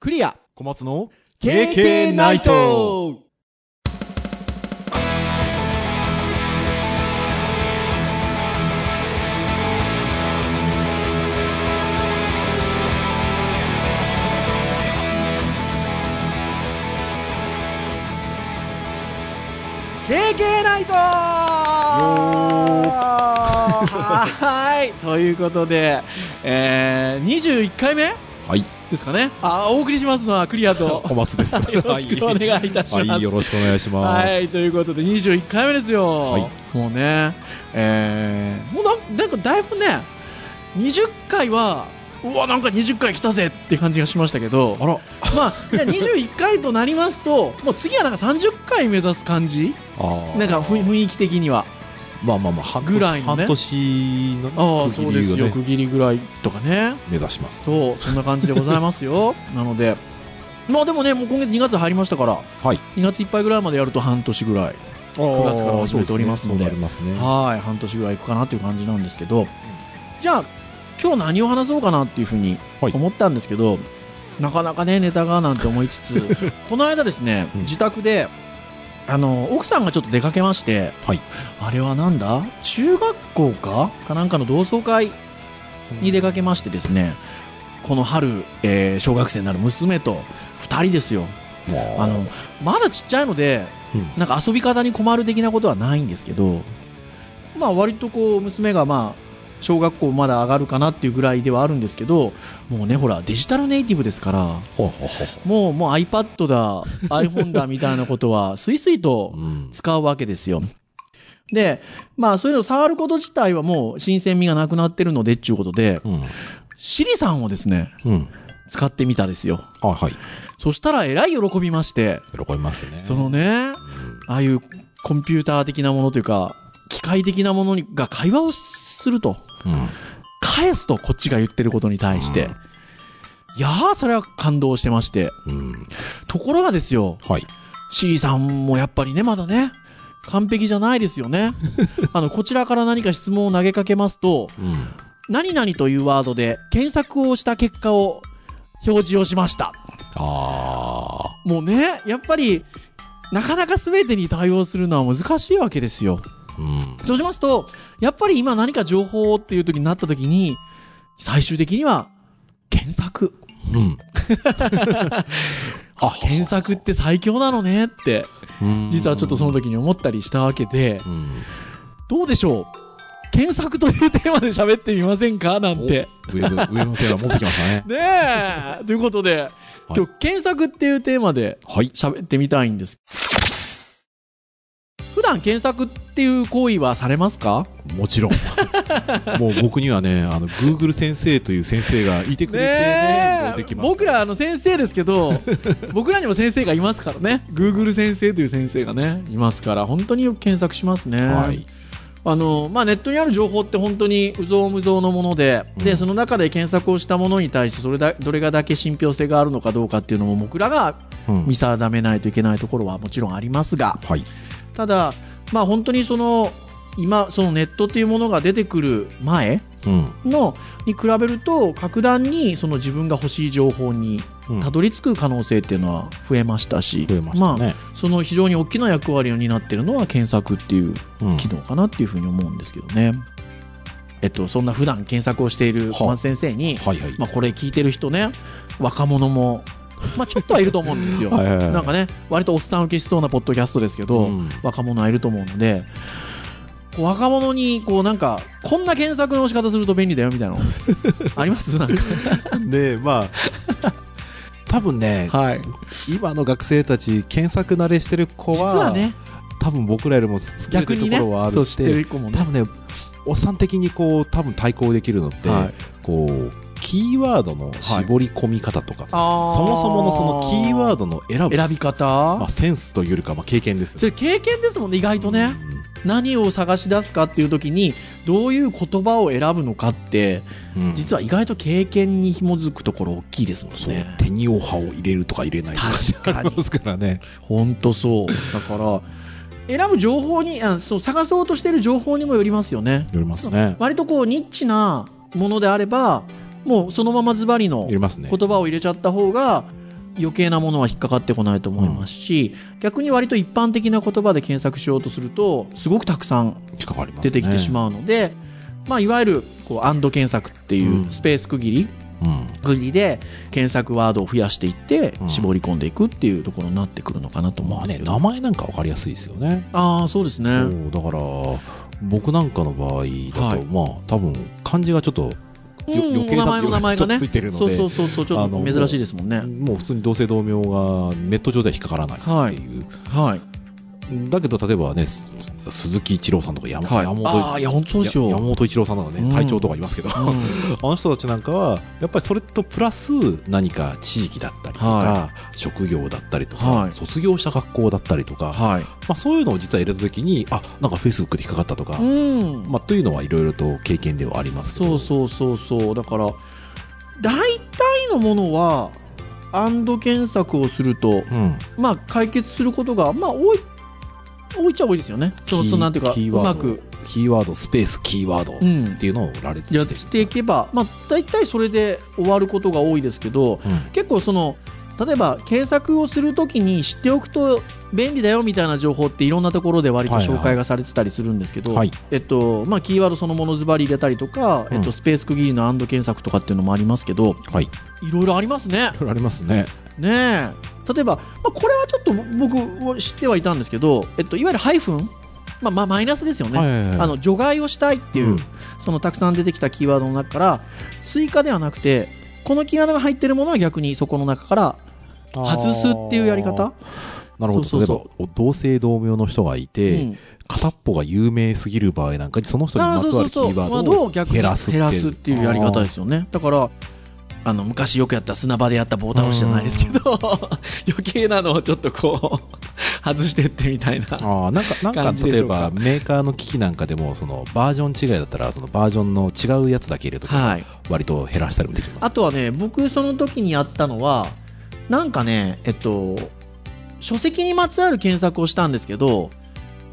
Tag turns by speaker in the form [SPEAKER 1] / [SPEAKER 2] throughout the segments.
[SPEAKER 1] クリア
[SPEAKER 2] 小松の
[SPEAKER 1] KK ナイト「KK ナイト」 はーいということで、えー、21回目
[SPEAKER 2] はい
[SPEAKER 1] ですかねあお送りします のはクリアと
[SPEAKER 2] 小松です
[SPEAKER 1] よろしくお願いいたします。
[SPEAKER 2] はいよろしくお願いします
[SPEAKER 1] はい、ということで21回目ですよ。
[SPEAKER 2] はい
[SPEAKER 1] もうね、えー、もうなんなんかだいぶね、20回は、うわ、なんか20回来たぜって感じがしましたけど、
[SPEAKER 2] あら
[SPEAKER 1] まあ、じゃあ21回となりますと、もう次はなんか30回目指す感じ
[SPEAKER 2] あー
[SPEAKER 1] なんか雰雰囲気的には。
[SPEAKER 2] まあまあまあ半年
[SPEAKER 1] ぐらいのね
[SPEAKER 2] 半年のね
[SPEAKER 1] ああ、
[SPEAKER 2] 区切
[SPEAKER 1] そ
[SPEAKER 2] り
[SPEAKER 1] うですよ、
[SPEAKER 2] をね
[SPEAKER 1] 区切りぐらいとかね。
[SPEAKER 2] 目指します
[SPEAKER 1] そう、そんな感じでございます よ。なので、まあでもね、もう今月2月入りましたから、
[SPEAKER 2] はい
[SPEAKER 1] 2月いっぱいぐらいまでやると半年ぐらい。
[SPEAKER 2] 9
[SPEAKER 1] 月から始めておりますので
[SPEAKER 2] ありますね
[SPEAKER 1] はい半年ぐらいいくかなという感じなんですけど、じゃあ今日何を話そうかなっていうふうに
[SPEAKER 2] はい
[SPEAKER 1] 思ったんですけど、なかなかねネタがなんて思いつつ この間ですね、
[SPEAKER 2] うん
[SPEAKER 1] 自宅であの奥さんがちょっと出かけまして、
[SPEAKER 2] はい
[SPEAKER 1] あれはなんだ中学校かかなんかの同窓会に出かけましてですね、この春、えー小学生になる娘と2人ですよ
[SPEAKER 2] もう
[SPEAKER 1] あのまだちっちゃいので
[SPEAKER 2] うん
[SPEAKER 1] なんか遊び方に困る的なことはないんですけど、まあ割とこう娘がまあ小学校まだ上がるかなっていうぐらいではあるんですけど、もうねほらデジタルネイティブですから、
[SPEAKER 2] ほうほうほうほ
[SPEAKER 1] もうもう iPad だ、iPhone だみたいなことは すいすいうと
[SPEAKER 2] うん
[SPEAKER 1] 使うわけですよ。で、まあそういうのを触ること自体はもう新鮮味がなくなってるのでっていうことで、
[SPEAKER 2] うん
[SPEAKER 1] シリさんをですね、
[SPEAKER 2] うん
[SPEAKER 1] 使ってみたですよ。
[SPEAKER 2] あはい
[SPEAKER 1] そしたらえらい喜びまして、
[SPEAKER 2] 喜びますね
[SPEAKER 1] そのね、
[SPEAKER 2] うん
[SPEAKER 1] ああいうコンピューター的なものというか、機械的なものにが会話をすると。
[SPEAKER 2] うん
[SPEAKER 1] 返すと、こっちが言ってることに対して。
[SPEAKER 2] うん
[SPEAKER 1] いやー、それは感動してまして。
[SPEAKER 2] うん
[SPEAKER 1] ところがですよ、
[SPEAKER 2] はい
[SPEAKER 1] シリさんもやっぱりね、まだね、完璧じゃないですよ ね。あの、こちらから何か質問を投げかけますと、
[SPEAKER 2] うん
[SPEAKER 1] 何々というワードで検索をした結果を表示をしました。
[SPEAKER 2] あ
[SPEAKER 1] もうね、やっぱり、なかなか全てに対応するのは難しいわけですよ。
[SPEAKER 2] ーうん
[SPEAKER 1] そうしますと、やっぱり今何か情報っていう時になった時に、最終的には、検索。
[SPEAKER 2] うん
[SPEAKER 1] あ、検索って最強なのねって、
[SPEAKER 2] うん
[SPEAKER 1] 実はちょっとその時に思ったりしたわけで、
[SPEAKER 2] うん
[SPEAKER 1] どうでしょう検索というテーマで喋ってみませんかなんて。
[SPEAKER 2] ウェブウェブのテーマ持ってきましたね
[SPEAKER 1] ねえ ということで、
[SPEAKER 2] はい
[SPEAKER 1] 今日検索っていうテーマで
[SPEAKER 2] はい
[SPEAKER 1] 喋ってみたいんです。普段検索っていう行為はされますか
[SPEAKER 2] もちろん もう僕にはねあの Google 先生という先生がいてくれてねもうできます
[SPEAKER 1] 僕らあの先生ですけ ど僕らにも先生がいますからね Google 先生という先生がねいますから本当によく検索しますね、
[SPEAKER 2] はい
[SPEAKER 1] あのまあ、ネットにある情報って本当に有象無象のもので,、
[SPEAKER 2] う
[SPEAKER 1] で
[SPEAKER 2] ん
[SPEAKER 1] その中で検索をしたものに対してそれだどれがだけ信憑性があるのかどうかっていうのも僕らが
[SPEAKER 2] うん
[SPEAKER 1] 見定めないといけないところはもちろんありますが
[SPEAKER 2] はい
[SPEAKER 1] ただ、まあ、本当にその今そのネットというものが出てくる前
[SPEAKER 2] うん
[SPEAKER 1] のに比べると格段にその自分が欲しい情報に
[SPEAKER 2] うん
[SPEAKER 1] たどり着く可能性っていうのは増えましたし、
[SPEAKER 2] 増えました
[SPEAKER 1] まあ、
[SPEAKER 2] ね
[SPEAKER 1] その非常に大きな役割を担ってるのは検索っていう
[SPEAKER 2] うん
[SPEAKER 1] 機能かなっていうふうに思うんですけどね。えっと、そんな普段検索をしている
[SPEAKER 2] はあ
[SPEAKER 1] 小松先生に、
[SPEAKER 2] はいはい
[SPEAKER 1] まあ、これ聞いてる人ね若者も、まあ、ちょっとはいると思うんですよ。
[SPEAKER 2] はいはいはい
[SPEAKER 1] なんかね割とおっさん受けしそうなポッドキャストですけど、
[SPEAKER 2] うん
[SPEAKER 1] 若者はいると思うので。こう若者にこうなんかこんな検索の仕方すると便利だよみたいなの ありますなんか
[SPEAKER 2] でまあ 多分ね
[SPEAKER 1] はい
[SPEAKER 2] 今の学生たち検索慣れしてる子
[SPEAKER 1] 実は
[SPEAKER 2] は
[SPEAKER 1] ね
[SPEAKER 2] 多分僕らよりも好きな
[SPEAKER 1] 逆に
[SPEAKER 2] とこ
[SPEAKER 1] ね
[SPEAKER 2] ろはある
[SPEAKER 1] そう知
[SPEAKER 2] し
[SPEAKER 1] ってる子もね
[SPEAKER 2] 多分ねおっさん的にこう多分対抗できるのって
[SPEAKER 1] はい
[SPEAKER 2] こうキーワードの絞り込み方とかさ
[SPEAKER 1] あー
[SPEAKER 2] そもそものそのキーワードの選ぶ
[SPEAKER 1] 選び方、
[SPEAKER 2] まあ、センスというよりか、まあ、経験です
[SPEAKER 1] そ
[SPEAKER 2] ね。
[SPEAKER 1] れ経験ですもんね意外とね、何を探し出すかっていう時にどういう言葉を選ぶのかって
[SPEAKER 2] うん、うん
[SPEAKER 1] 実は意外と経験に紐づくところ大きいですもん
[SPEAKER 2] そう
[SPEAKER 1] ね
[SPEAKER 2] 手におはを入れるとか入れないとか
[SPEAKER 1] 確かに
[SPEAKER 2] ありますからね。
[SPEAKER 1] ほんとそうだから選ぶ情報にあそう探そうとしてる情報にもよりますよね
[SPEAKER 2] 入れますね。
[SPEAKER 1] 割とこうニッチなものであればもうそのままズバリの
[SPEAKER 2] 入れますね。
[SPEAKER 1] 言葉を入れちゃった方が余計なものは引っかかってこないと思いますし、逆に割と一般的な言葉で検索しようとするとすごくたくさん
[SPEAKER 2] 引っかかります
[SPEAKER 1] 出
[SPEAKER 2] ね
[SPEAKER 1] てきてしまうので、まあ、いわゆるこうアンド検索ってい
[SPEAKER 2] うん
[SPEAKER 1] うスペース区切り、
[SPEAKER 2] うん、
[SPEAKER 1] 区切りで検索ワードを増やしていって
[SPEAKER 2] うん
[SPEAKER 1] 絞り込んでいくっていうところになってくるのかなと思
[SPEAKER 2] ま
[SPEAKER 1] うん
[SPEAKER 2] あ
[SPEAKER 1] で
[SPEAKER 2] ね
[SPEAKER 1] すけど、
[SPEAKER 2] 名前なんかわかりやすいですよね
[SPEAKER 1] ああそうですね
[SPEAKER 2] そうだから僕なんかの場合だと、
[SPEAKER 1] はい
[SPEAKER 2] まあ多分漢字がちょっと
[SPEAKER 1] う
[SPEAKER 2] よ
[SPEAKER 1] ん、
[SPEAKER 2] 余計な
[SPEAKER 1] お名前の名前がね
[SPEAKER 2] ちょっとついてるので
[SPEAKER 1] そうそうそうそうちょっ
[SPEAKER 2] あの
[SPEAKER 1] と珍しいですもんね
[SPEAKER 2] もう普通に同姓同名がネット上では引っかからないっていう、
[SPEAKER 1] はい
[SPEAKER 2] だけど例えばねす鈴木一郎さんとか山,、
[SPEAKER 1] はい
[SPEAKER 2] 山
[SPEAKER 1] あ
[SPEAKER 2] 本
[SPEAKER 1] あいや本当そうです
[SPEAKER 2] や
[SPEAKER 1] よ、
[SPEAKER 2] 山本一郎さんなど
[SPEAKER 1] う
[SPEAKER 2] ね
[SPEAKER 1] ん
[SPEAKER 2] 隊長とかいますけど、
[SPEAKER 1] うん
[SPEAKER 2] あの人たちなんかはやっぱりそれとプラス何か地域だったりとか、
[SPEAKER 1] は
[SPEAKER 2] 職業だったりとか、
[SPEAKER 1] はい
[SPEAKER 2] 卒業した学校だったりとか、
[SPEAKER 1] はい
[SPEAKER 2] まあ、そういうのを実は入れた時にあなんかフェイスブックで引っかかったとか、
[SPEAKER 1] うん
[SPEAKER 2] まあ、というのはいろいろと経験ではありますけ
[SPEAKER 1] そ
[SPEAKER 2] ど
[SPEAKER 1] うそうそうそうだから大体のものはアンド検索をすると、
[SPEAKER 2] うん、
[SPEAKER 1] まあ解決することがまあ多い多いっちゃ多いですよねそう
[SPEAKER 2] キー
[SPEAKER 1] そうなんていうか
[SPEAKER 2] キー
[SPEAKER 1] う
[SPEAKER 2] ワ
[SPEAKER 1] ま
[SPEAKER 2] ード
[SPEAKER 1] く、
[SPEAKER 2] キーワードスペースキーワード
[SPEAKER 1] う
[SPEAKER 2] っ
[SPEAKER 1] ん、
[SPEAKER 2] ていうのを羅列して
[SPEAKER 1] やっていけばまあ大体それで終わることが多いですけど
[SPEAKER 2] うん
[SPEAKER 1] 結構その例えば検索をするときに知っておくと便利だよみたいな情報っていろんなところで割と
[SPEAKER 2] はいはい
[SPEAKER 1] 紹介がされてたりするんですけど、
[SPEAKER 2] はい
[SPEAKER 1] えっとまあ、キーワードそのものズバリ入れたりとか、
[SPEAKER 2] うん
[SPEAKER 1] えっと、スペース区切りのアンド検索とかっていうのもありますけど
[SPEAKER 2] はい
[SPEAKER 1] いろいろありますね。
[SPEAKER 2] ありますね
[SPEAKER 1] ねえ例えば、まあ、これはちょっと僕も知ってはいたんですけど、えっと、いわゆるハイフン、まあ、まあマイナスですよね、
[SPEAKER 2] はいはいはい
[SPEAKER 1] あの除外をしたいっていう、
[SPEAKER 2] うん
[SPEAKER 1] そのたくさん出てきたキーワードの中から追加ではなくてこのキーワードが入ってるものは逆にそこの中から外すっていうやり方、
[SPEAKER 2] なるほど
[SPEAKER 1] そうそうそう
[SPEAKER 2] 例えば同姓同名の人がいうて、
[SPEAKER 1] ん、
[SPEAKER 2] 片っぽが有名すぎる場合なんかにその人に
[SPEAKER 1] あ
[SPEAKER 2] ま
[SPEAKER 1] あ
[SPEAKER 2] つわるキーワードを
[SPEAKER 1] 逆に
[SPEAKER 2] 減らすってい
[SPEAKER 1] 減
[SPEAKER 2] う
[SPEAKER 1] らすっていうやり方ですよねだからあの昔よくやった砂場でやった棒倒しじゃないですけど 余計なのをちょっとこう 外してってみたいな
[SPEAKER 2] ああなんかなん
[SPEAKER 1] 感
[SPEAKER 2] か
[SPEAKER 1] じで
[SPEAKER 2] 例え
[SPEAKER 1] しょうか
[SPEAKER 2] ばメーカーの機器なんかでもそのバージョン違いだったらそのバージョンの違うやつだけ入れとか
[SPEAKER 1] はい
[SPEAKER 2] 割と減らしたりもできます
[SPEAKER 1] あとはね僕その時にやったのはなんかねえっと書籍にまつわる検索をしたんですけど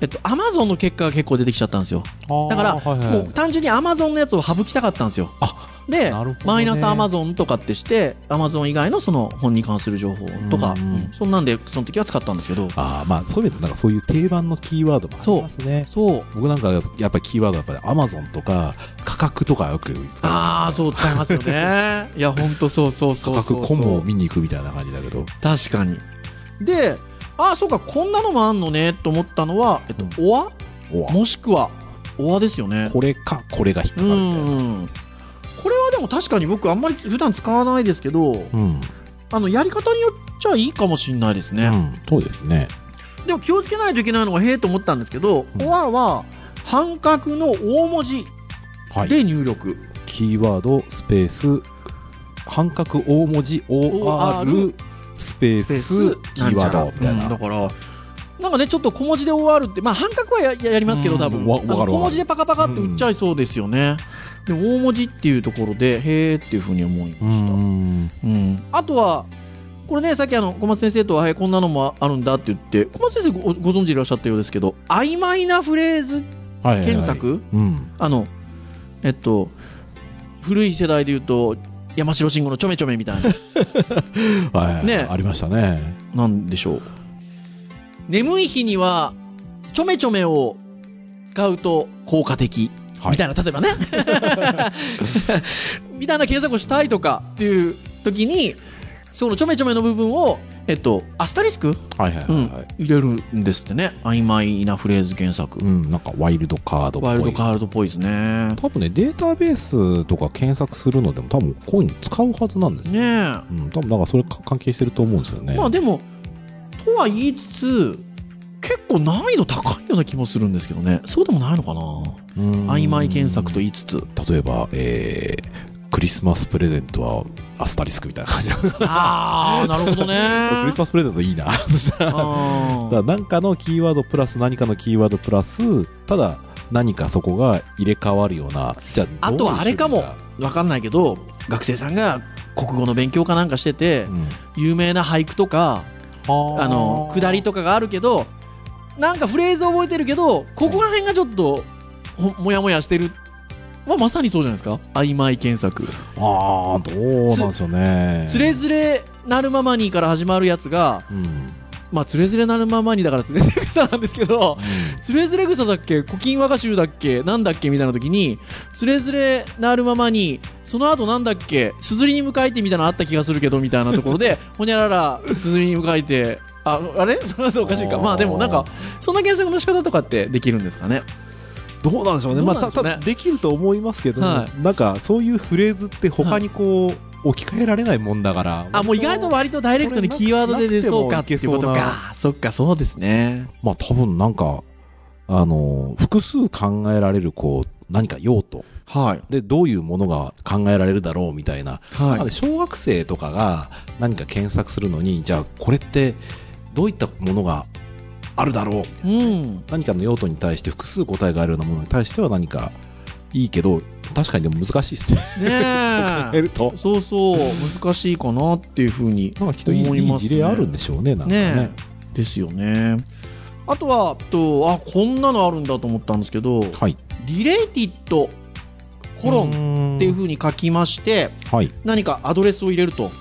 [SPEAKER 1] えっと、アマゾンの結果が結構出てきちゃったんですよ。だから、もう単純にアマゾンのやつを省きたかったんですよ。
[SPEAKER 2] あ
[SPEAKER 1] で、
[SPEAKER 2] なるほどね
[SPEAKER 1] マイナスアマゾンとかってして、アマゾン以外のその本に関する情報とか、
[SPEAKER 2] うん
[SPEAKER 1] うんそんなんで、その時は使ったんですけど、
[SPEAKER 2] あーまあそういう意味でなんかそういう定番のキーワードもありますね
[SPEAKER 1] そう。
[SPEAKER 2] 僕なんかやっぱりキーワードはやっぱりアマゾンとか価格とかよく使います
[SPEAKER 1] ああ、そう使いますよ ね。いや、ほんとそうそうそ
[SPEAKER 2] 価
[SPEAKER 1] うそうそ
[SPEAKER 2] 格
[SPEAKER 1] う。
[SPEAKER 2] コンボを見に行くみたいな感じだけど
[SPEAKER 1] 確かにでああそうかこんなのもあんのねと思ったのは、えっと、おわ
[SPEAKER 2] おわ
[SPEAKER 1] もしくはおわですよね
[SPEAKER 2] これかこれが引っか
[SPEAKER 1] う
[SPEAKER 2] かるみたいなん
[SPEAKER 1] これはでも確かに僕あんまり普段使わないですけど
[SPEAKER 2] うん
[SPEAKER 1] あのやり方によっちゃいいかもしんないです
[SPEAKER 2] う
[SPEAKER 1] ね、
[SPEAKER 2] んそうですね
[SPEAKER 1] でも気をつけないといけないのがへえと思ったんですけど、
[SPEAKER 2] うん
[SPEAKER 1] おわは半角の大文字
[SPEAKER 2] はい
[SPEAKER 1] で入力、
[SPEAKER 2] キーワードスペース半角大文字 OR
[SPEAKER 1] OR
[SPEAKER 2] スペースキーワードみたいな、
[SPEAKER 1] うんだからなんかねちょっと小文字で OR ってまあ半角はややりますけど
[SPEAKER 2] うん
[SPEAKER 1] 多分
[SPEAKER 2] わ
[SPEAKER 1] あの
[SPEAKER 2] わかるわかる
[SPEAKER 1] 小文字でパカパカって打っちゃいそうですよね、で大文字っていうところでへーっていうふうに思いました、うん
[SPEAKER 2] ん
[SPEAKER 1] あとはこれねさっきあの小松先生とは、はい、こんなのもあるんだって言って小松先生ごご存知いらっしゃったようですけど曖昧なフレーズ
[SPEAKER 2] はいはいはい
[SPEAKER 1] 検索、
[SPEAKER 2] うん
[SPEAKER 1] あのえっと古い世代で言うと山城慎吾のちょめちょめみた いな
[SPEAKER 2] はい
[SPEAKER 1] ね
[SPEAKER 2] ありましたね
[SPEAKER 1] なんでしょう眠い日にはちょめちょめを使うと効果的、
[SPEAKER 2] はい
[SPEAKER 1] みたいな例え ばねみたいな検索をしたいとかっていう時にそのちょめちょめの部分を、えっと、アスタリスク、
[SPEAKER 2] はいはいはいはい
[SPEAKER 1] 入れるんですってね曖昧なフレーズ検索、
[SPEAKER 2] うん、なんかワイルドカードっぽい
[SPEAKER 1] ワイルドカールドっぽいですね
[SPEAKER 2] 多分ねデータベースとか検索するのでも多分こういうの使うはずなんですよ、
[SPEAKER 1] ねえ
[SPEAKER 2] うん、多分なんかそれか関係してると思うんですよね
[SPEAKER 1] まあでもとは言いつつ結構難易度高いような気もするんですけどねそうでもないのかな
[SPEAKER 2] うん
[SPEAKER 1] 曖昧検索と言いつつ
[SPEAKER 2] 例えば、えークリスマスプレゼントはアスタリスクみたいな感じクリ
[SPEAKER 1] ああなるほど ね
[SPEAKER 2] スマスプレゼントい いなそした
[SPEAKER 1] あ
[SPEAKER 2] らだから
[SPEAKER 1] ー
[SPEAKER 2] なんかのキーワードプラス何かのキーワードプラスただ何かそこが入れ替わるようなじゃあ
[SPEAKER 1] あとはあれかも
[SPEAKER 2] どういう
[SPEAKER 1] わかんないけど学生さんが国語の勉強かなんかしてて
[SPEAKER 2] 種類が
[SPEAKER 1] 有名な俳句とか
[SPEAKER 2] うん
[SPEAKER 1] あの下りとかがあるけどなんかフレーズ覚えてるけどここら辺がちょっとほもやもやしてるはまさにそうじゃないですか曖昧検索
[SPEAKER 2] ああ、どうなんですよね。
[SPEAKER 1] つれづれなるままにから始まるやつが
[SPEAKER 2] うん。
[SPEAKER 1] まあつれづれなるままにだからつれづれ草なんですけどつれづれ草だっけ古今和歌集だっけなんだっけみたいな時につれづれなるままにその後なんだっけすずりに向かえてみたいなのあった気がするけどみたいなところ でほにゃららすずりに向かえてああれ その後おかしいか
[SPEAKER 2] あー
[SPEAKER 1] まあでもなんかそんな検索の仕方とかってできるんですかね
[SPEAKER 2] どうなんでしょうね。まあ、
[SPEAKER 1] どうなん
[SPEAKER 2] た
[SPEAKER 1] でしょうね
[SPEAKER 2] たできると思いますけど、
[SPEAKER 1] は
[SPEAKER 2] なんかそういうフレーズって他にこう、置き換えられないもんだから。
[SPEAKER 1] あもう意外と割とダイレクトにキーワードで出そうかっていうこと
[SPEAKER 2] これなくてもいけ
[SPEAKER 1] かそっかそうですね
[SPEAKER 2] まあ多分なんか、あの、複数考えられるこう、何か用途。
[SPEAKER 1] はい
[SPEAKER 2] で、どういうものが考えられるだろうみたいな。な
[SPEAKER 1] は
[SPEAKER 2] ので小学生とかが何か検索するのに、じゃあこれってどういったものがあるだろう
[SPEAKER 1] いうん
[SPEAKER 2] 何かの用途に対して複数答えがあるようなものに対しては何かいいけど確かにでも難しいっすね
[SPEAKER 1] ね
[SPEAKER 2] 考え
[SPEAKER 1] え
[SPEAKER 2] る と
[SPEAKER 1] そうそう難しいかなっていうふうに
[SPEAKER 2] なんかきっといい,、
[SPEAKER 1] 思いますね
[SPEAKER 2] 事例あるんでしょうねなんかね
[SPEAKER 1] ねですよねあとはとあこんなのあるんだと思ったんですけど
[SPEAKER 2] はい
[SPEAKER 1] 「リレーティッドコロン」っていうふうに書きまして
[SPEAKER 2] はい
[SPEAKER 1] 何かアドレスを入れると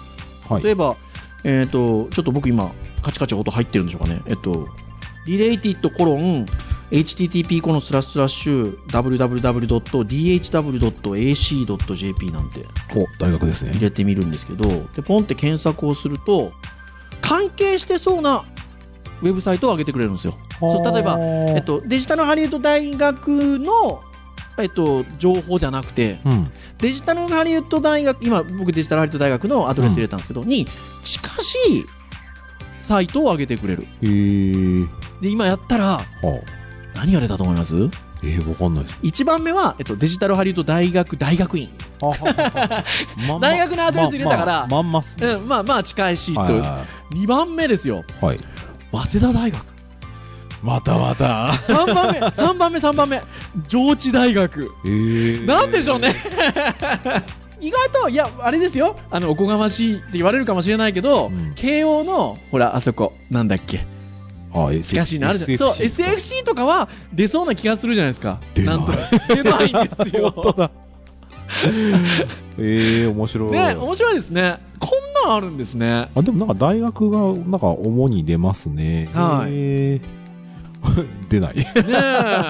[SPEAKER 2] はい
[SPEAKER 1] 例えば、えっとちょっと僕今カチカチ音入ってるんでしょうかねえっと「リレーティッドコロン」http このスラスラッシュ www.dhw.ac.jp なんて
[SPEAKER 2] お大学です
[SPEAKER 1] 入
[SPEAKER 2] ね
[SPEAKER 1] れてみるんですけどでポンって検索をすると関係してそうなウェブサイトを上げてくれるんですよ。そう例えばえっと、デジタルハリウッド大学の、えっと、情報じゃなくて
[SPEAKER 2] うん
[SPEAKER 1] デジタルハリウッド大学今僕デジタルハリウッド大学のアドレス入れたんですけど、に近しいサイトを上げてくれる
[SPEAKER 2] へー
[SPEAKER 1] で今やったら
[SPEAKER 2] は
[SPEAKER 1] 何が出たと思います
[SPEAKER 2] あえー、わかんないです
[SPEAKER 1] ?1 番目は、えっと、デジタルハリウッド大学大学院、
[SPEAKER 2] まんま
[SPEAKER 1] 大学のアドレス入れたから
[SPEAKER 2] ままんまっすね、
[SPEAKER 1] うん、まあまあ近いしと、
[SPEAKER 2] はいはいは
[SPEAKER 1] 2番目ですよ
[SPEAKER 2] いはい
[SPEAKER 1] 早稲田大学
[SPEAKER 2] またまた
[SPEAKER 1] 3番 目3番目3番目上智大学
[SPEAKER 2] えー
[SPEAKER 1] なんでしょうね 意外といやあれですよあのおこがましいって言われるかもしれないけど、
[SPEAKER 2] うん
[SPEAKER 1] 慶応のほらあそこなんだっけ
[SPEAKER 2] あ S
[SPEAKER 1] しかしなるじゃんそう SFC とかは出そうな気がするじゃないですか
[SPEAKER 2] 出ない
[SPEAKER 1] んと出ないんです よ
[SPEAKER 2] えー、面白い
[SPEAKER 1] ね面白いですねこんなんあるんですね
[SPEAKER 2] あでもなんか大学がなんか主に出ますね。
[SPEAKER 1] はい
[SPEAKER 2] えー 出ない。
[SPEAKER 1] ねえ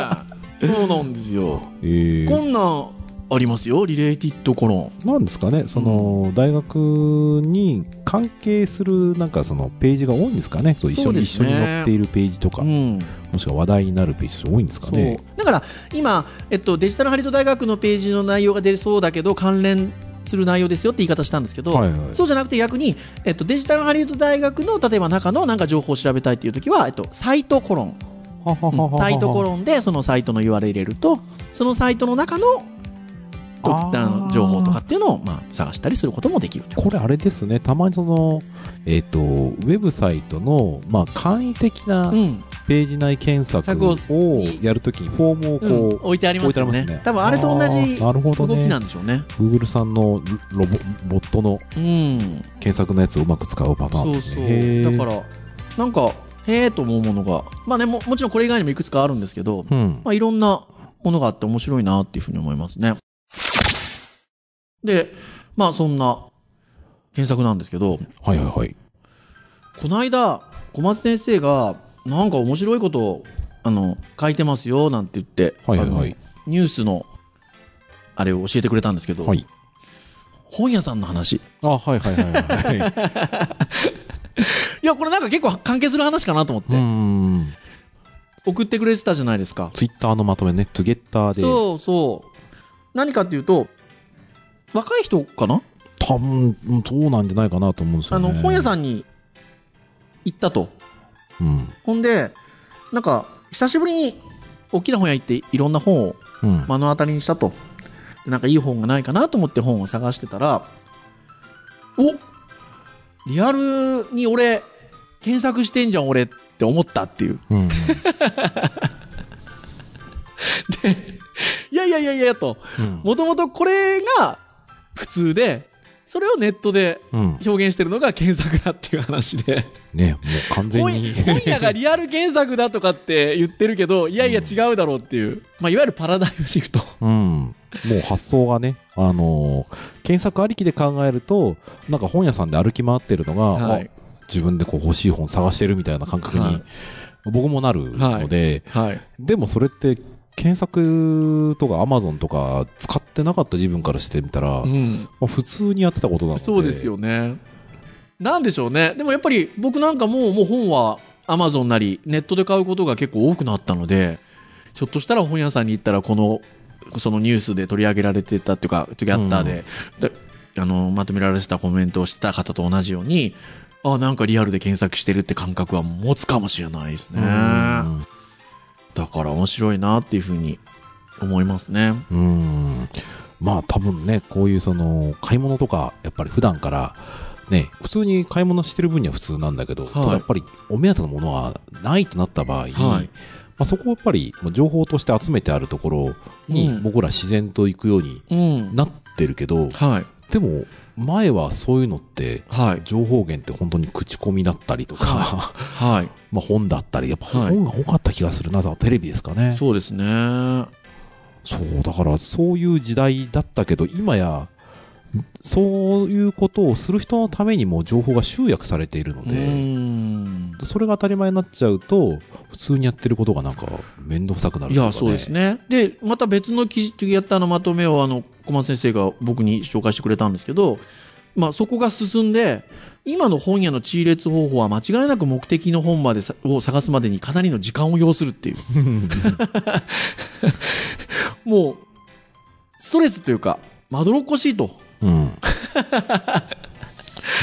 [SPEAKER 1] そうなんですよ
[SPEAKER 2] えー
[SPEAKER 1] こんなんありますよリレーティッドコロ
[SPEAKER 2] なんですかね、その大学に関係するなんかそのページが多いんですかね、そう一緒に一
[SPEAKER 1] そ
[SPEAKER 2] 緒
[SPEAKER 1] うですね
[SPEAKER 2] に載っているページとか、
[SPEAKER 1] ン、うん、
[SPEAKER 2] もしくは話題になるページ多いんですかね。
[SPEAKER 1] そうだから今、えっと、デジタルハリウッド大学のページの内容が出そうだけど関連する内容ですよって言い方したんですけど、
[SPEAKER 2] はいはい
[SPEAKER 1] そうじゃなくて逆に、えっと、デジタルハリウッド大学の例えば中のなんか情報を調べたいっていう時は、えっと、サイトコロン、
[SPEAKER 2] ははははは
[SPEAKER 1] サイトコロンでそのサイトの URL 入れるとそのサイトの中のと
[SPEAKER 2] あ
[SPEAKER 1] あ
[SPEAKER 2] ー
[SPEAKER 1] の情報とかっていうのを、まあ、探したりすることもできると
[SPEAKER 2] これあれですね、たまにその、えっ、と、ウェブサイトの、まあ、簡易的な
[SPEAKER 1] うん
[SPEAKER 2] ページ内検索
[SPEAKER 1] 索
[SPEAKER 2] をやるときにフォームをこ
[SPEAKER 1] うん、
[SPEAKER 2] う、
[SPEAKER 1] 置いてありますよ
[SPEAKER 2] 置いてあ
[SPEAKER 1] ね
[SPEAKER 2] りますね
[SPEAKER 1] 多分あれと同じ
[SPEAKER 2] あーなるほど
[SPEAKER 1] 動
[SPEAKER 2] ね
[SPEAKER 1] きなんでしょうね
[SPEAKER 2] Google さんのロボボットの
[SPEAKER 1] うん
[SPEAKER 2] 検索のやつをうまく使うパターン
[SPEAKER 1] そう
[SPEAKER 2] です
[SPEAKER 1] そう
[SPEAKER 2] ね。、
[SPEAKER 1] だかららなんかへえと思うものがまあねももちろんこれ以外にもいくつかあるんですけど、
[SPEAKER 2] うん。
[SPEAKER 1] まあ、いろんなものがあって面白いなっていうふうに思いますねでまあそんな検索なんですけど
[SPEAKER 2] はいはいはい。
[SPEAKER 1] この間小松先生がなんか面白いことをあの書いてますよなんて言って、
[SPEAKER 2] はいはいは
[SPEAKER 1] あ
[SPEAKER 2] い
[SPEAKER 1] のニュースのあれを教えてくれたんですけど、
[SPEAKER 2] はい。
[SPEAKER 1] 本屋さんの話
[SPEAKER 2] あ、はいはいは いはい。
[SPEAKER 1] いやこれなんか結構関係する話かなと思って、
[SPEAKER 2] うん。
[SPEAKER 1] 送ってくれてたじゃないですか
[SPEAKER 2] ツイッターのまとめね、トゥゲッターで。
[SPEAKER 1] そうそう何かっていうと若い人かな、
[SPEAKER 2] 多分、うんそうなんじゃないかなと思うんです
[SPEAKER 1] あ
[SPEAKER 2] よね。
[SPEAKER 1] の本屋
[SPEAKER 2] ん。
[SPEAKER 1] さんに行ったと
[SPEAKER 2] うん。
[SPEAKER 1] ほんでなんか久しぶりに大きな本屋行っていろんな本を
[SPEAKER 2] うん。
[SPEAKER 1] 目の当たりにしたとでなんかいい本がないかなと思って本を探してたらおリアルに俺検索してんじゃん俺って思ったっていう
[SPEAKER 2] うんうん
[SPEAKER 1] いやいやいやいやと
[SPEAKER 2] うん
[SPEAKER 1] もともとこれが普通でそれをネットで
[SPEAKER 2] うん。
[SPEAKER 1] 表現してるのが検索だっていう話で
[SPEAKER 2] ね、もう完全
[SPEAKER 1] 本
[SPEAKER 2] に。
[SPEAKER 1] 本屋がリアル検索だとかって言ってるけどいやいや違うだろうっていう、まあ、いわゆるパラダイムシフト
[SPEAKER 2] うん。もう発想がね、あのー検索ありきで考えると、なんか本屋さんで歩き回ってるのが、
[SPEAKER 1] はい
[SPEAKER 2] あ自分でこう欲しい本探してるみたいな感覚
[SPEAKER 1] はい
[SPEAKER 2] に、僕もなるので、
[SPEAKER 1] はい
[SPEAKER 2] でもそれって、検索とかアマゾンとか使ってなかった自分からしてみたら、ま
[SPEAKER 1] ん、
[SPEAKER 2] あ、普通にやってたことなので。
[SPEAKER 1] そうです。よねなんでしょうねでもやっぱり僕なんかもうもう本はアマゾンなりネットで買うことが結構多くなったのでひょっとしたら本屋さんに行ったらこのそのニュースで取り上げられてたっていうかトゥギャッターで、だあのまとめられてたコメントをしてた方と同じようにあなんかリアルで検索してるって感覚は持つかもしれないですね
[SPEAKER 2] う
[SPEAKER 1] だ
[SPEAKER 2] ん。
[SPEAKER 1] から面白いなっていうふうに思いますね
[SPEAKER 2] うん。まあ多分ね、こういうその、買い物とか、やっぱり普段から、ね、普通に買い物してる分には普通なんだけど、ただやっぱりお目当てのものがないとなった場合、
[SPEAKER 1] はい
[SPEAKER 2] まあ、そこをやっぱりもう情報として集めてあるところ
[SPEAKER 1] う
[SPEAKER 2] に
[SPEAKER 1] ん
[SPEAKER 2] 僕ら自然と行くように
[SPEAKER 1] うん
[SPEAKER 2] なってるけど、
[SPEAKER 1] はい
[SPEAKER 2] でも前はそういうのって
[SPEAKER 1] はい
[SPEAKER 2] 情報源って本当に口コミだったりとか、
[SPEAKER 1] ははい
[SPEAKER 2] まあ本だったりやっぱ
[SPEAKER 1] はい
[SPEAKER 2] 本が多かった気がするな、だからテレビですかね
[SPEAKER 1] そうですね
[SPEAKER 2] そうだからそういう時代だったけど今やそういうことをする人のためにもう情報が集約されているの
[SPEAKER 1] う
[SPEAKER 2] で、
[SPEAKER 1] ん
[SPEAKER 2] それが当たり前になっちゃうと普通にやってることがなんか面倒くさくなる
[SPEAKER 1] い
[SPEAKER 2] というか、
[SPEAKER 1] や、
[SPEAKER 2] ね、
[SPEAKER 1] そうですね。で、また別の記事とやったのまとめを、あの、小松先生が僕に紹介してくれたんですけど、まあ、そこが進んで、今の本屋の地位列方法は間違いなく目的の本までさを探すまでにかなりの時間を要するっていう。もう、ストレスというか、まどろっこしいと。
[SPEAKER 2] うん。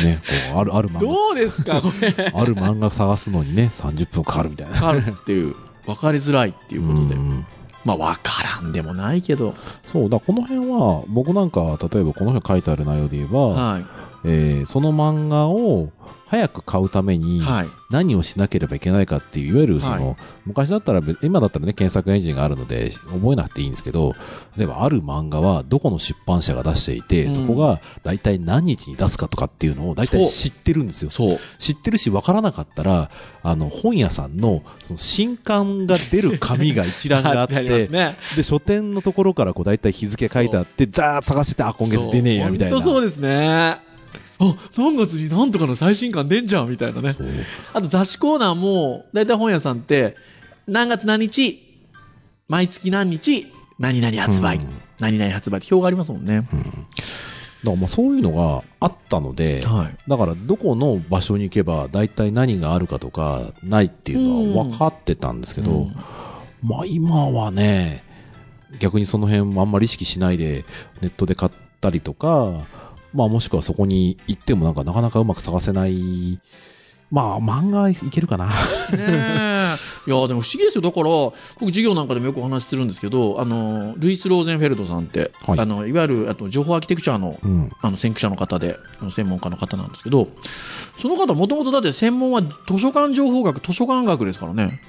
[SPEAKER 2] ね、こう、ある、ある漫
[SPEAKER 1] どうですか、これ。
[SPEAKER 2] 画、ある漫画探すのにね、30分かかるみたいな。
[SPEAKER 1] ある っていう、分かりづらいっていううことで。
[SPEAKER 2] ん
[SPEAKER 1] まあ、分からんでもないけど。
[SPEAKER 2] そう、だからこの辺は、僕なんか、例えばこの辺書いてある内容で言えば、
[SPEAKER 1] は
[SPEAKER 2] えーその漫画を早く買うため
[SPEAKER 1] い。
[SPEAKER 2] に、
[SPEAKER 1] はい。
[SPEAKER 2] 何をしなければいけないかっていう、いわゆるその、
[SPEAKER 1] は
[SPEAKER 2] 昔だったら、べ今だったらね、検索エンジンがあるので、覚えなくていいんですけど、例えばある漫画はどこの出版社が出していて、
[SPEAKER 1] うん
[SPEAKER 2] そこが大体何日に出すかとかっていうのを大体
[SPEAKER 1] そう
[SPEAKER 2] 知ってるんですよ。
[SPEAKER 1] そう。
[SPEAKER 2] 知ってるし分からなかったら、あの、本屋さんの、その、新刊が出る紙が一覧があ って、
[SPEAKER 1] りますね。
[SPEAKER 2] で、書店のところから、こう、大体日付書いてあって、ザーッ探してて、あ、今月出ねえや、みたいな。
[SPEAKER 1] 本当そうですね。あ、何月になんとかの最新刊出んじゃんみたいなね。
[SPEAKER 2] そう
[SPEAKER 1] あと雑誌コーナーも、だいたい本屋さんって、何月何日、毎月何日、何々発売、
[SPEAKER 2] うん
[SPEAKER 1] 何々発売って表がありますもんね。
[SPEAKER 2] だから、まあ、そういうのがあったので、
[SPEAKER 1] はい。
[SPEAKER 2] だから、どこの場所に行けば、大体何があるかとか、ないっていうのは分かってたんですけど、
[SPEAKER 1] うん
[SPEAKER 2] まあ、今はね、逆にその辺もあんまり意識しないで、ネットで買ったりとか、まあ、もしくはそこに行ってもなんか、なかなかうまく探せない、まあ、漫画いけ るかな。
[SPEAKER 1] ねえいやでも不思議ですよだから僕授業なんかでもよくお話しするんですけどあのルイス・ローゼンフェルドさんって、
[SPEAKER 2] はい
[SPEAKER 1] い、あのいわゆるあと情報アーキテクチャの
[SPEAKER 2] うん。
[SPEAKER 1] あの先駆者の方であの専門家の方なんですけどその方もともとだって専門は図書館情報学図書館学ですからね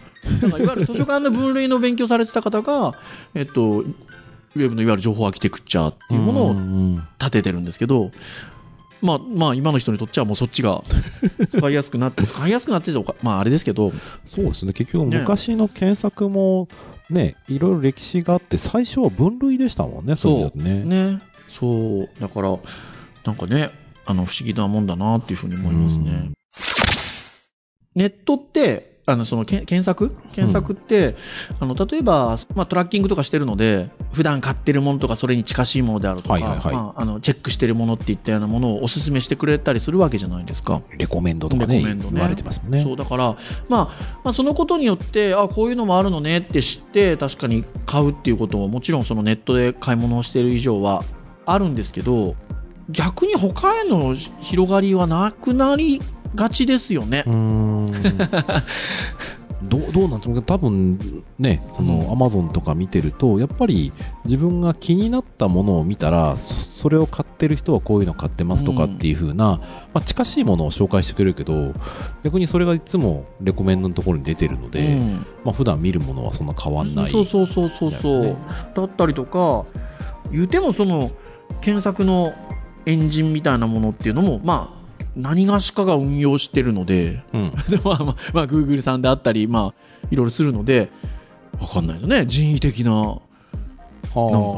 [SPEAKER 1] だからいわゆる図書館の分類の勉強されてた方が、えっと、ウェブのいわゆる情報アーキテクチャっていうものを
[SPEAKER 2] のを、
[SPEAKER 1] 立ててるんですけど、まあ、まあ今の人にとっちゃもうそっちが使いやすくなって使いやすくなってておかまああれですけど
[SPEAKER 2] そうですね結局
[SPEAKER 1] ね
[SPEAKER 2] 昔の検索もねいろいろ歴史があって最初は分類でしたもんね
[SPEAKER 1] そう
[SPEAKER 2] れだとね
[SPEAKER 1] ねそうだからなんかねあの不思議なもんだなっていうふうに思いますね。
[SPEAKER 2] うん
[SPEAKER 1] ネットって、あの、その、けん検索検索って、あの、例えば、まあ、トラッキングとかしてるので、普段買ってるものとか、それに近しいものであるとか、
[SPEAKER 2] はいはいはい
[SPEAKER 1] まあ、あの、チェックしてるものっていったようなものをおすすめしてくれたりするわけじゃないですか。
[SPEAKER 2] レコメンドとかね
[SPEAKER 1] レコメンドね
[SPEAKER 2] 言われてますもんね
[SPEAKER 1] そう、だから、まあ、まあ、そのことによって、あ、こういうのもあるのねって知って、確かに買うっていうことも、もちろんそのネットで買い物をしている以上はあるんですけど、逆に他への広がりはなくなりがちですよね
[SPEAKER 2] う。ーんどうどうなんですか多分ねそのアマゾンとか見てるとやっぱり自分が気になったものを見たらそそれを買ってる人はこういうの買ってますとかっていう風な、まあ、近しいものを紹介してくれるけど逆にそれがいつもレコメンドのところに出てるので、
[SPEAKER 1] うん
[SPEAKER 2] まあ普段見るものはそんな変わんない
[SPEAKER 1] そうそうそうそうそう、
[SPEAKER 2] みたいですね
[SPEAKER 1] だったりとか言うてもその検索のエンジンみたいなものっていうのもまあ何がしかが運用してるので
[SPEAKER 2] うん、
[SPEAKER 1] でまあまあ、まあ、Google さんであったりまあいろいろするのでわかんないですね人為的ななんか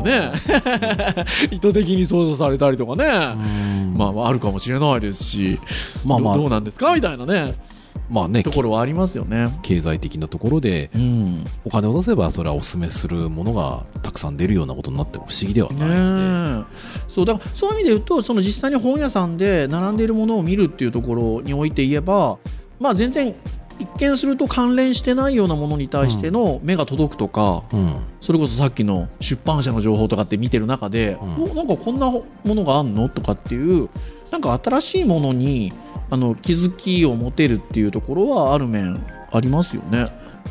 [SPEAKER 1] ね 意図的に操作されたりとかね、ま
[SPEAKER 2] まあ
[SPEAKER 1] あ、あるかもしれないですし、
[SPEAKER 2] まあまあ
[SPEAKER 1] どどうなんですかみたいなね
[SPEAKER 2] まあね
[SPEAKER 1] ところはありますよね。
[SPEAKER 2] 経済的なところで
[SPEAKER 1] うん、ね
[SPEAKER 2] お金を出せばそれはお勧めするものがたくさん出るようなことになっても不思議ではないので、
[SPEAKER 1] えそうだからそういう意味で言うとその実際に本屋さんで並んでいるものを見るっていうところにおいて言えば、まあ、全然一見すると関連してないようなものに対しての目が届くとか、
[SPEAKER 2] うん、
[SPEAKER 1] それこそさっきの出版社の情報とかって見てる中で、
[SPEAKER 2] うん
[SPEAKER 1] おなんかこんなものがあんのとかっていうなんか新しいものにあの気づきを持てるっていうところはある面ありますよね、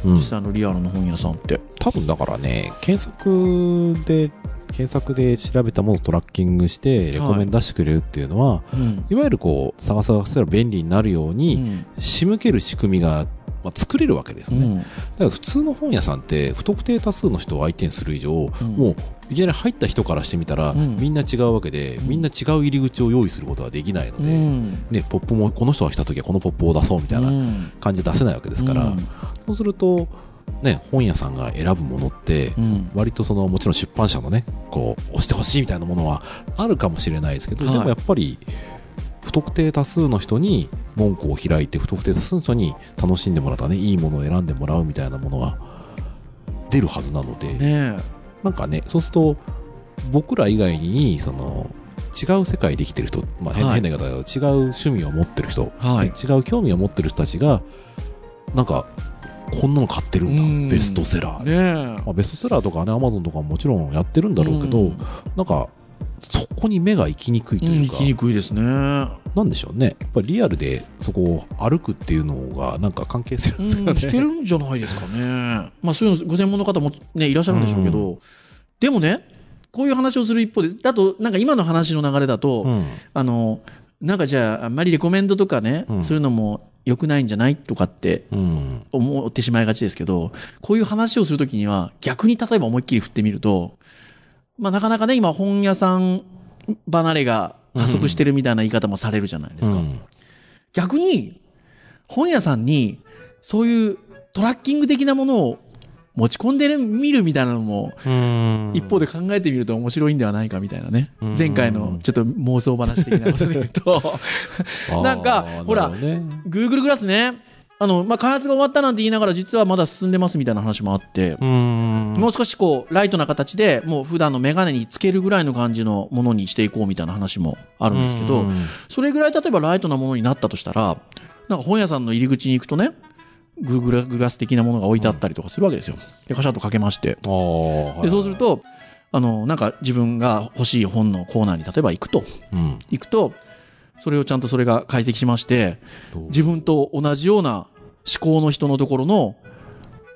[SPEAKER 2] うん
[SPEAKER 1] 実際のリアルの本屋さんって。
[SPEAKER 2] 多分だからね検索で検索で調べたものをトラッキングしてレコメン出してくれるっていうのは、
[SPEAKER 1] うん
[SPEAKER 2] い、わゆるこう探探せば便利になるよう
[SPEAKER 1] う
[SPEAKER 2] に、
[SPEAKER 1] ん
[SPEAKER 2] 仕向ける仕組みが、まあ、作れるわけです
[SPEAKER 1] う
[SPEAKER 2] ね、
[SPEAKER 1] ん
[SPEAKER 2] だから普通の本屋さんって不特定多数の人を相手にする以上、
[SPEAKER 1] ん
[SPEAKER 2] もういきなり入った人からしてみたら、
[SPEAKER 1] うん
[SPEAKER 2] みんな違うわけで、みんな違う入り口を用意することはできないの
[SPEAKER 1] う
[SPEAKER 2] で、
[SPEAKER 1] ん
[SPEAKER 2] ね、ポップもこの人が来た時はこのポップを出そうみたいな
[SPEAKER 1] うん
[SPEAKER 2] 感じで出せないわけですから、
[SPEAKER 1] うん
[SPEAKER 2] そうすると、ね、本屋さんが選ぶものって、
[SPEAKER 1] うん
[SPEAKER 2] 割とそのもちろん出版社のねこう押してほしいみたいなものはあるかもしれないですけど、
[SPEAKER 1] はい
[SPEAKER 2] でもやっぱり不特定多数の人に門戸を開いて不特定多数の人に楽しんでもらったねいいものを選んでもらうみたいなものが出るはずなので、
[SPEAKER 1] ね
[SPEAKER 2] なんかねそうすると僕ら以外にその違う世界で生きてる人、まあ変
[SPEAKER 1] はい
[SPEAKER 2] 変な言い方だけど違う趣味を持ってる人、
[SPEAKER 1] はい
[SPEAKER 2] ね違う興味を持ってる人たちがなんかこんなの買ってる
[SPEAKER 1] うん
[SPEAKER 2] んだベストセラー
[SPEAKER 1] えね
[SPEAKER 2] まあ、ベストセラーとかね、アマゾンとかももちろんやってるんだろうけど、
[SPEAKER 1] うん
[SPEAKER 2] なんか、そこに目が行きにくい
[SPEAKER 1] え
[SPEAKER 2] という
[SPEAKER 1] 行
[SPEAKER 2] か、
[SPEAKER 1] きにくいですね。
[SPEAKER 2] なんでしょうね。やっぱりリアルでそこを歩くっていうのが、なんか関係するんですかね。
[SPEAKER 1] うん、してるんじゃないですかね。 まあそういうのご専門の方も、ね、いらっしゃるんでしょうけど、でもねこういう話をする一方でだとなんか今の話の流れだと、
[SPEAKER 2] うん
[SPEAKER 1] あのなんかじゃああんまりレコメンドとかね、
[SPEAKER 2] うん
[SPEAKER 1] そういうのも良くないんじゃないとかって
[SPEAKER 2] うん。
[SPEAKER 1] 思ってしまいがちですけどこういう話をするときには逆に例えば思いっきり振ってみると、まあ、なかなかね今本屋さん離れが加速してるみたいな言い方もされるじゃないですか。
[SPEAKER 2] うん
[SPEAKER 1] 逆に本屋さんにそういうトラッキング的なものを持ち込んでみるみたいなのも一方で考えてみると面白いんではないかみたいなね
[SPEAKER 2] うん
[SPEAKER 1] 前回のちょっと妄想話的なことで言う と
[SPEAKER 2] あー
[SPEAKER 1] なんかほら
[SPEAKER 2] なるどね
[SPEAKER 1] Google グラスねあの、まあ、開発が終わったなんて言いながら実はまだ進んでますみたいな話もあって、
[SPEAKER 2] うん
[SPEAKER 1] もう少しこうライトな形でもう普段の眼鏡につけるぐらいの感じのものにしていこうみたいな話もあるんですけど、
[SPEAKER 2] うん
[SPEAKER 1] それぐらい例えばライトなものになったとしたら、なんか本屋さんの入り口に行くとね、グーグラグラス的なものが置いてあったりとかするわけですよ。で、カシャッとかけまして。
[SPEAKER 2] あーはい
[SPEAKER 1] で、そうすると、あの、なんか自分が欲しい本のコーナーに例えば行くと、
[SPEAKER 2] うん
[SPEAKER 1] 行くと、それをちゃんとそれが解析しまして、
[SPEAKER 2] どう
[SPEAKER 1] 自分と同じような思考の人のところの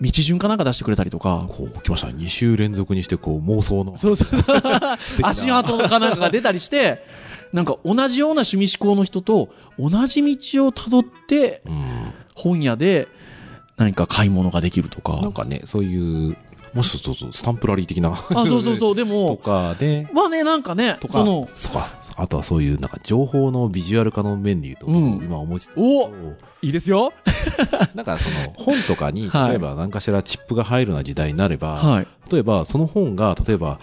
[SPEAKER 1] 道順かなんか出してくれたりとか、
[SPEAKER 2] こう来ました2週連続にしてこう妄想の
[SPEAKER 1] そう そう
[SPEAKER 2] 敵な
[SPEAKER 1] 足跡かなんかが出たり して、なんか同じような趣味思考の人と同じ道をたどって
[SPEAKER 2] うん
[SPEAKER 1] 本屋で何か買い物ができると
[SPEAKER 2] な
[SPEAKER 1] か
[SPEAKER 2] ん。かねそういうもしそうそうスタンプラリー的な
[SPEAKER 1] あ、そうそうそう。で
[SPEAKER 2] と
[SPEAKER 1] も、
[SPEAKER 2] かで
[SPEAKER 1] まあね、なんかね、
[SPEAKER 2] とか
[SPEAKER 1] その、
[SPEAKER 2] そうかあとはそういうなんか情報のビジュアル化の面で言うと、
[SPEAKER 1] うん
[SPEAKER 2] 今思いついた
[SPEAKER 1] おいいですよ。
[SPEAKER 2] なんかその本とか に
[SPEAKER 1] はい
[SPEAKER 2] 例えば何かしらチップが入るような時代になれば、
[SPEAKER 1] はい。
[SPEAKER 2] 例えばその本が例えば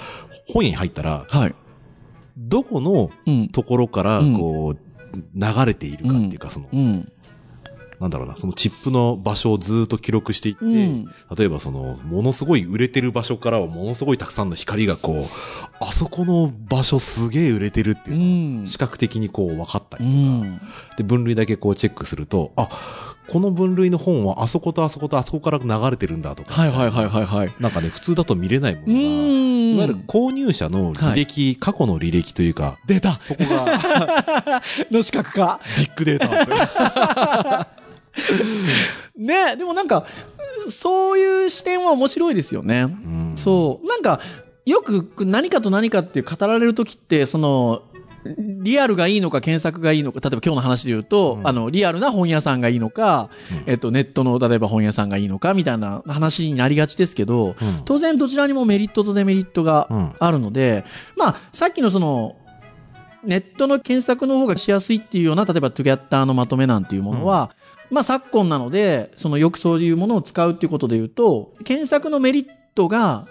[SPEAKER 2] 本屋に入ったら
[SPEAKER 1] はい。
[SPEAKER 2] どこの
[SPEAKER 1] うん。
[SPEAKER 2] ところから
[SPEAKER 1] うん
[SPEAKER 2] こう流れているかっていうかその、
[SPEAKER 1] うん。
[SPEAKER 2] なんだろうなそのチップの場所をずっと記録していって、
[SPEAKER 1] うん
[SPEAKER 2] 例えばそのものすごい売れてる場所からはものすごいたくさんの光がこうあそこの場所すげえ売れてるって
[SPEAKER 1] う
[SPEAKER 2] いうのが
[SPEAKER 1] ん。
[SPEAKER 2] 視覚的にこう分かったり
[SPEAKER 1] う、ん。
[SPEAKER 2] で、分類だけこうチェックすると、あ、この分類の本はあそことあそことあそこから流れてるんだとか、
[SPEAKER 1] はいはいはいはいはい。
[SPEAKER 2] なんかね、普通だと見れないも
[SPEAKER 1] う
[SPEAKER 2] のが、
[SPEAKER 1] ん。
[SPEAKER 2] いわゆる購入者の履歴、過去の履歴というか、
[SPEAKER 1] 出た
[SPEAKER 2] そこが
[SPEAKER 1] の資格か。
[SPEAKER 2] ビッグデータな んですよ。
[SPEAKER 1] ねでもなんか、そういう視点は面白いですよね。
[SPEAKER 2] うん
[SPEAKER 1] そう。なんか、よく何かと何かって語られるときって、その、リアルがいいのか検索がいいのか、例えば今日の話で言うと、
[SPEAKER 2] うん
[SPEAKER 1] あの、リアルな本屋さんがいいのか、
[SPEAKER 2] うん
[SPEAKER 1] えっと、ネットの例えば本屋さんがいいのか、みたいな話になりがちですけど、
[SPEAKER 2] うん
[SPEAKER 1] 当然どちらにもメリットとデメリットが
[SPEAKER 2] うん
[SPEAKER 1] あるので、まあ、さっきのその、ネットの検索の方がしやすいっていうような、例えばトゥギャッターのまとめなんていうものは、まあ昨今なので、そのよくそういうものを使うっていうことで言うと、検索のメリットが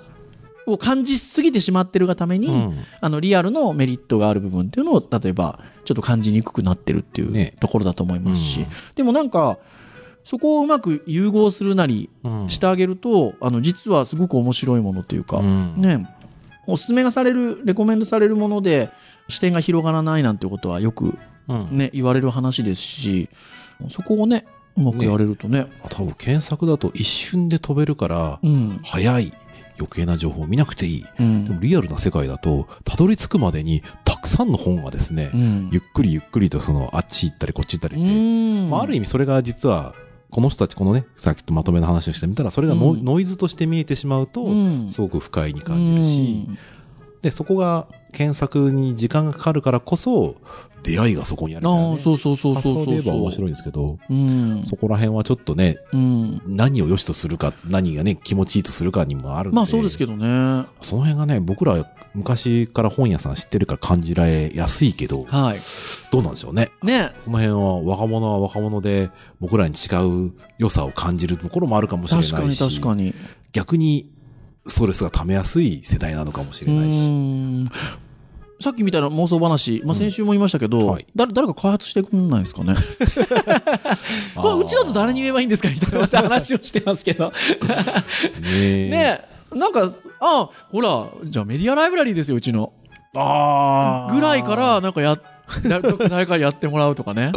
[SPEAKER 1] を感じすぎてしまってるがために、あのリアルのメリットがある部分っていうのを例えばちょっと感じにくくなってるっていう
[SPEAKER 2] ね
[SPEAKER 1] ところだと思いますし、
[SPEAKER 2] うん
[SPEAKER 1] でもなんかそこをうまく融合するなり
[SPEAKER 2] うん
[SPEAKER 1] してあげると、あの実はすごく面白いものというか、
[SPEAKER 2] うん
[SPEAKER 1] ねおすすめがされるレコメンドされるもので視点が広がらないなんてことはよく
[SPEAKER 2] うん
[SPEAKER 1] ね言われる話ですしそこをねうまくやれるとね
[SPEAKER 2] 多分検索だと一瞬で飛べるから、
[SPEAKER 1] うん、
[SPEAKER 2] 早い余計な情報を見なくていい、
[SPEAKER 1] うん
[SPEAKER 2] でもリアルな世界だとたどり着くまでにたくさんの本がですね、
[SPEAKER 1] うん
[SPEAKER 2] ゆっくりゆっくりとそのあっち行ったりこっち行ったりって、
[SPEAKER 1] うん
[SPEAKER 2] まあ、ある意味それが実はこの人たちこのねさっきとまとめの話をしてみたらそれがノ,、
[SPEAKER 1] うん
[SPEAKER 2] ノイズとして見えてしまうと、
[SPEAKER 1] うん
[SPEAKER 2] すごく不快に感じるし、
[SPEAKER 1] うん
[SPEAKER 2] でそこが検索に時間がかかるからこそ出会いがそこにあるみたいな
[SPEAKER 1] あ
[SPEAKER 2] ね
[SPEAKER 1] あそうそうそう
[SPEAKER 2] 発
[SPEAKER 1] そう
[SPEAKER 2] 想で
[SPEAKER 1] そ
[SPEAKER 2] 言え
[SPEAKER 1] う
[SPEAKER 2] ば面白
[SPEAKER 1] い
[SPEAKER 2] いんですけど、
[SPEAKER 1] うん
[SPEAKER 2] そこら辺はちょっとね
[SPEAKER 1] うん
[SPEAKER 2] 何を良しとするか何がね気持ちいいとするかにもあるので
[SPEAKER 1] まあそうですけ
[SPEAKER 2] ど
[SPEAKER 1] どねは
[SPEAKER 2] その辺がね僕ら昔から本屋さん知ってるから感じられやすいけど
[SPEAKER 1] い
[SPEAKER 2] どうなんでしょうね
[SPEAKER 1] ね
[SPEAKER 2] この辺は若者は若者で僕らに違う良さを感じるところもあるかもしれ
[SPEAKER 1] 確か
[SPEAKER 2] ない
[SPEAKER 1] に
[SPEAKER 2] し
[SPEAKER 1] 確かに
[SPEAKER 2] 逆にストレスが溜めやすい世代なのかもし
[SPEAKER 1] う
[SPEAKER 2] れないし。
[SPEAKER 1] ーんさっきみたいな妄想話、まあ、先週も言いましたけど、
[SPEAKER 2] うんはい
[SPEAKER 1] 誰誰か開発してくんないですか ね
[SPEAKER 2] あー
[SPEAKER 1] これうちだと誰に言えばいいんですかみたいなまた話をしてますけど
[SPEAKER 2] ね え。
[SPEAKER 1] ねえなんかあほらじゃあメディアライブラリーですようちの
[SPEAKER 2] ああ。
[SPEAKER 1] ぐらいから。 なんかやだ誰かやってもらうとかね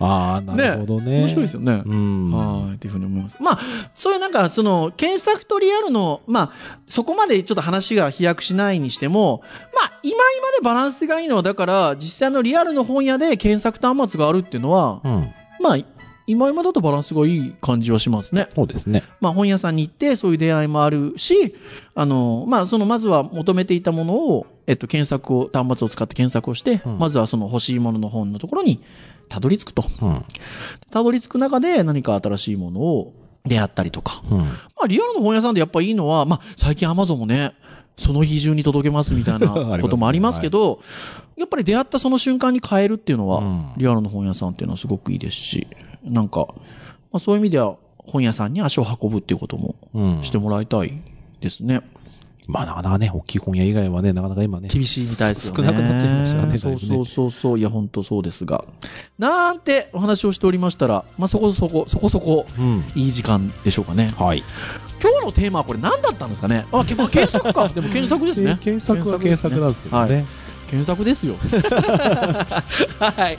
[SPEAKER 2] ああ、なるほどね。
[SPEAKER 1] 面白いですよね、
[SPEAKER 2] うん。
[SPEAKER 1] はい、っていうふうに思います。まあ、そういうなんか、その、検索とリアルの、まあ、そこまでちょっと話が飛躍しないにしても、まあ、今今でバランスがいいのは、だから、実際のリアルの本屋で検索端末があるっていうのは、
[SPEAKER 2] うん。
[SPEAKER 1] まあ、今今だとバランスがいい感じはしますね。
[SPEAKER 2] そうですね。
[SPEAKER 1] まあ、本屋さんに行って、そういう出会いもあるし、あの、まあ、その、まずは求めていたものを、えっと、検索を、端末を使って検索をして、
[SPEAKER 2] うん
[SPEAKER 1] まずはその欲しいものの本のところに、たどり着くと。
[SPEAKER 2] うん。
[SPEAKER 1] たどり着く中で何か新しいものを出会ったりとか。
[SPEAKER 2] うん。
[SPEAKER 1] まあリアルの本屋さんでやっぱいいのは、まあ最近 Amazon もね、その日中に届けますみたいな
[SPEAKER 2] ります ね
[SPEAKER 1] こともありますけど、やっぱり出会ったその瞬間に買えるっていうのは、
[SPEAKER 2] うん
[SPEAKER 1] リアルの本屋さんっていうのはすごくいいですし、なんか、まあそういう意味では本屋さんに足を運ぶっていうことも
[SPEAKER 2] うん
[SPEAKER 1] してもらいたいですね。
[SPEAKER 2] まあ、なかなかね、大きい本屋以外はね、なかなか今ね。
[SPEAKER 1] 厳しいみたいですよね。
[SPEAKER 2] 少なくなっちゃいましたね。
[SPEAKER 1] そう
[SPEAKER 2] だい
[SPEAKER 1] そ
[SPEAKER 2] ぶ
[SPEAKER 1] う
[SPEAKER 2] ね
[SPEAKER 1] そうそう。いや、本当そうですが。なんてお話をしておりましたら、まあそこそこ、そこそこ、
[SPEAKER 2] うん。
[SPEAKER 1] いい時間でしょうかね。
[SPEAKER 2] はい。
[SPEAKER 1] 今日のテーマはこれ何だったんですかねあ、けまあ検索か。でも検索ですね。
[SPEAKER 2] 検索は検索なんですけど
[SPEAKER 1] はい
[SPEAKER 2] ね。
[SPEAKER 1] 検索ですよ。 はい。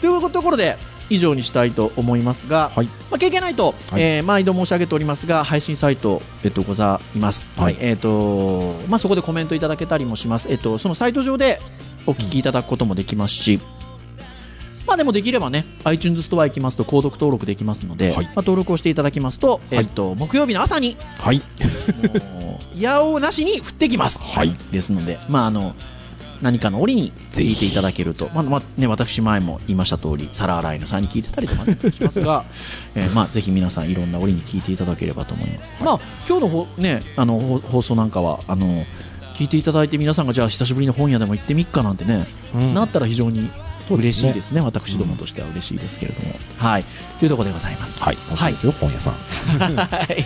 [SPEAKER 1] というところで、以上にしたいと思いますが、
[SPEAKER 2] はい。
[SPEAKER 1] まあ、経験ないと、
[SPEAKER 2] はい
[SPEAKER 1] えー毎度申し上げておりますが、配信サイト、えっと、ございます。
[SPEAKER 2] はい
[SPEAKER 1] えっ、と、まあ、そこでコメントいただけたりもします。えっと、そのサイト上でお聞きいただくこともできますし、まあでもできればね、iTunes ストア行きますと、購読登録できますので、
[SPEAKER 2] はい
[SPEAKER 1] まあ、登録をしていただきますと、えっと、木曜日の朝に、
[SPEAKER 2] はい。
[SPEAKER 1] もういやおうなしに降ってきます。
[SPEAKER 2] はい
[SPEAKER 1] ですので、まああの何かの折に
[SPEAKER 2] ぜ
[SPEAKER 1] 聞
[SPEAKER 2] ひ
[SPEAKER 1] いていただけると、まあまあね私前も言いました通り皿洗いの際に聞いてたりとか ね、しますが、えーまあぜひ皆さんいろんな折に聞いていただければと思います。まあ今日のほねあのほ放送なんかはあの聞いていただいて皆さんがじゃあ久しぶりに本屋でも行ってみっかなんてね、
[SPEAKER 2] うん
[SPEAKER 1] なったら非常に
[SPEAKER 2] そうで
[SPEAKER 1] 嬉
[SPEAKER 2] す
[SPEAKER 1] し
[SPEAKER 2] ね
[SPEAKER 1] いですね私どもとしては嬉しいですけれども、はいというところでございます。
[SPEAKER 2] はい。楽しいですよ、本屋さん。
[SPEAKER 1] はい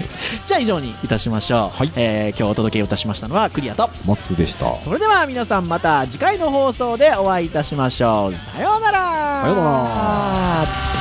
[SPEAKER 1] じゃあ以上にいたしましょう、
[SPEAKER 2] はい
[SPEAKER 1] えー今日お届けをいたしましたのはクリアと
[SPEAKER 2] 松でした。
[SPEAKER 1] それでは皆さんまた次回の放送でお会いいたしましょうさようなら
[SPEAKER 2] さようなら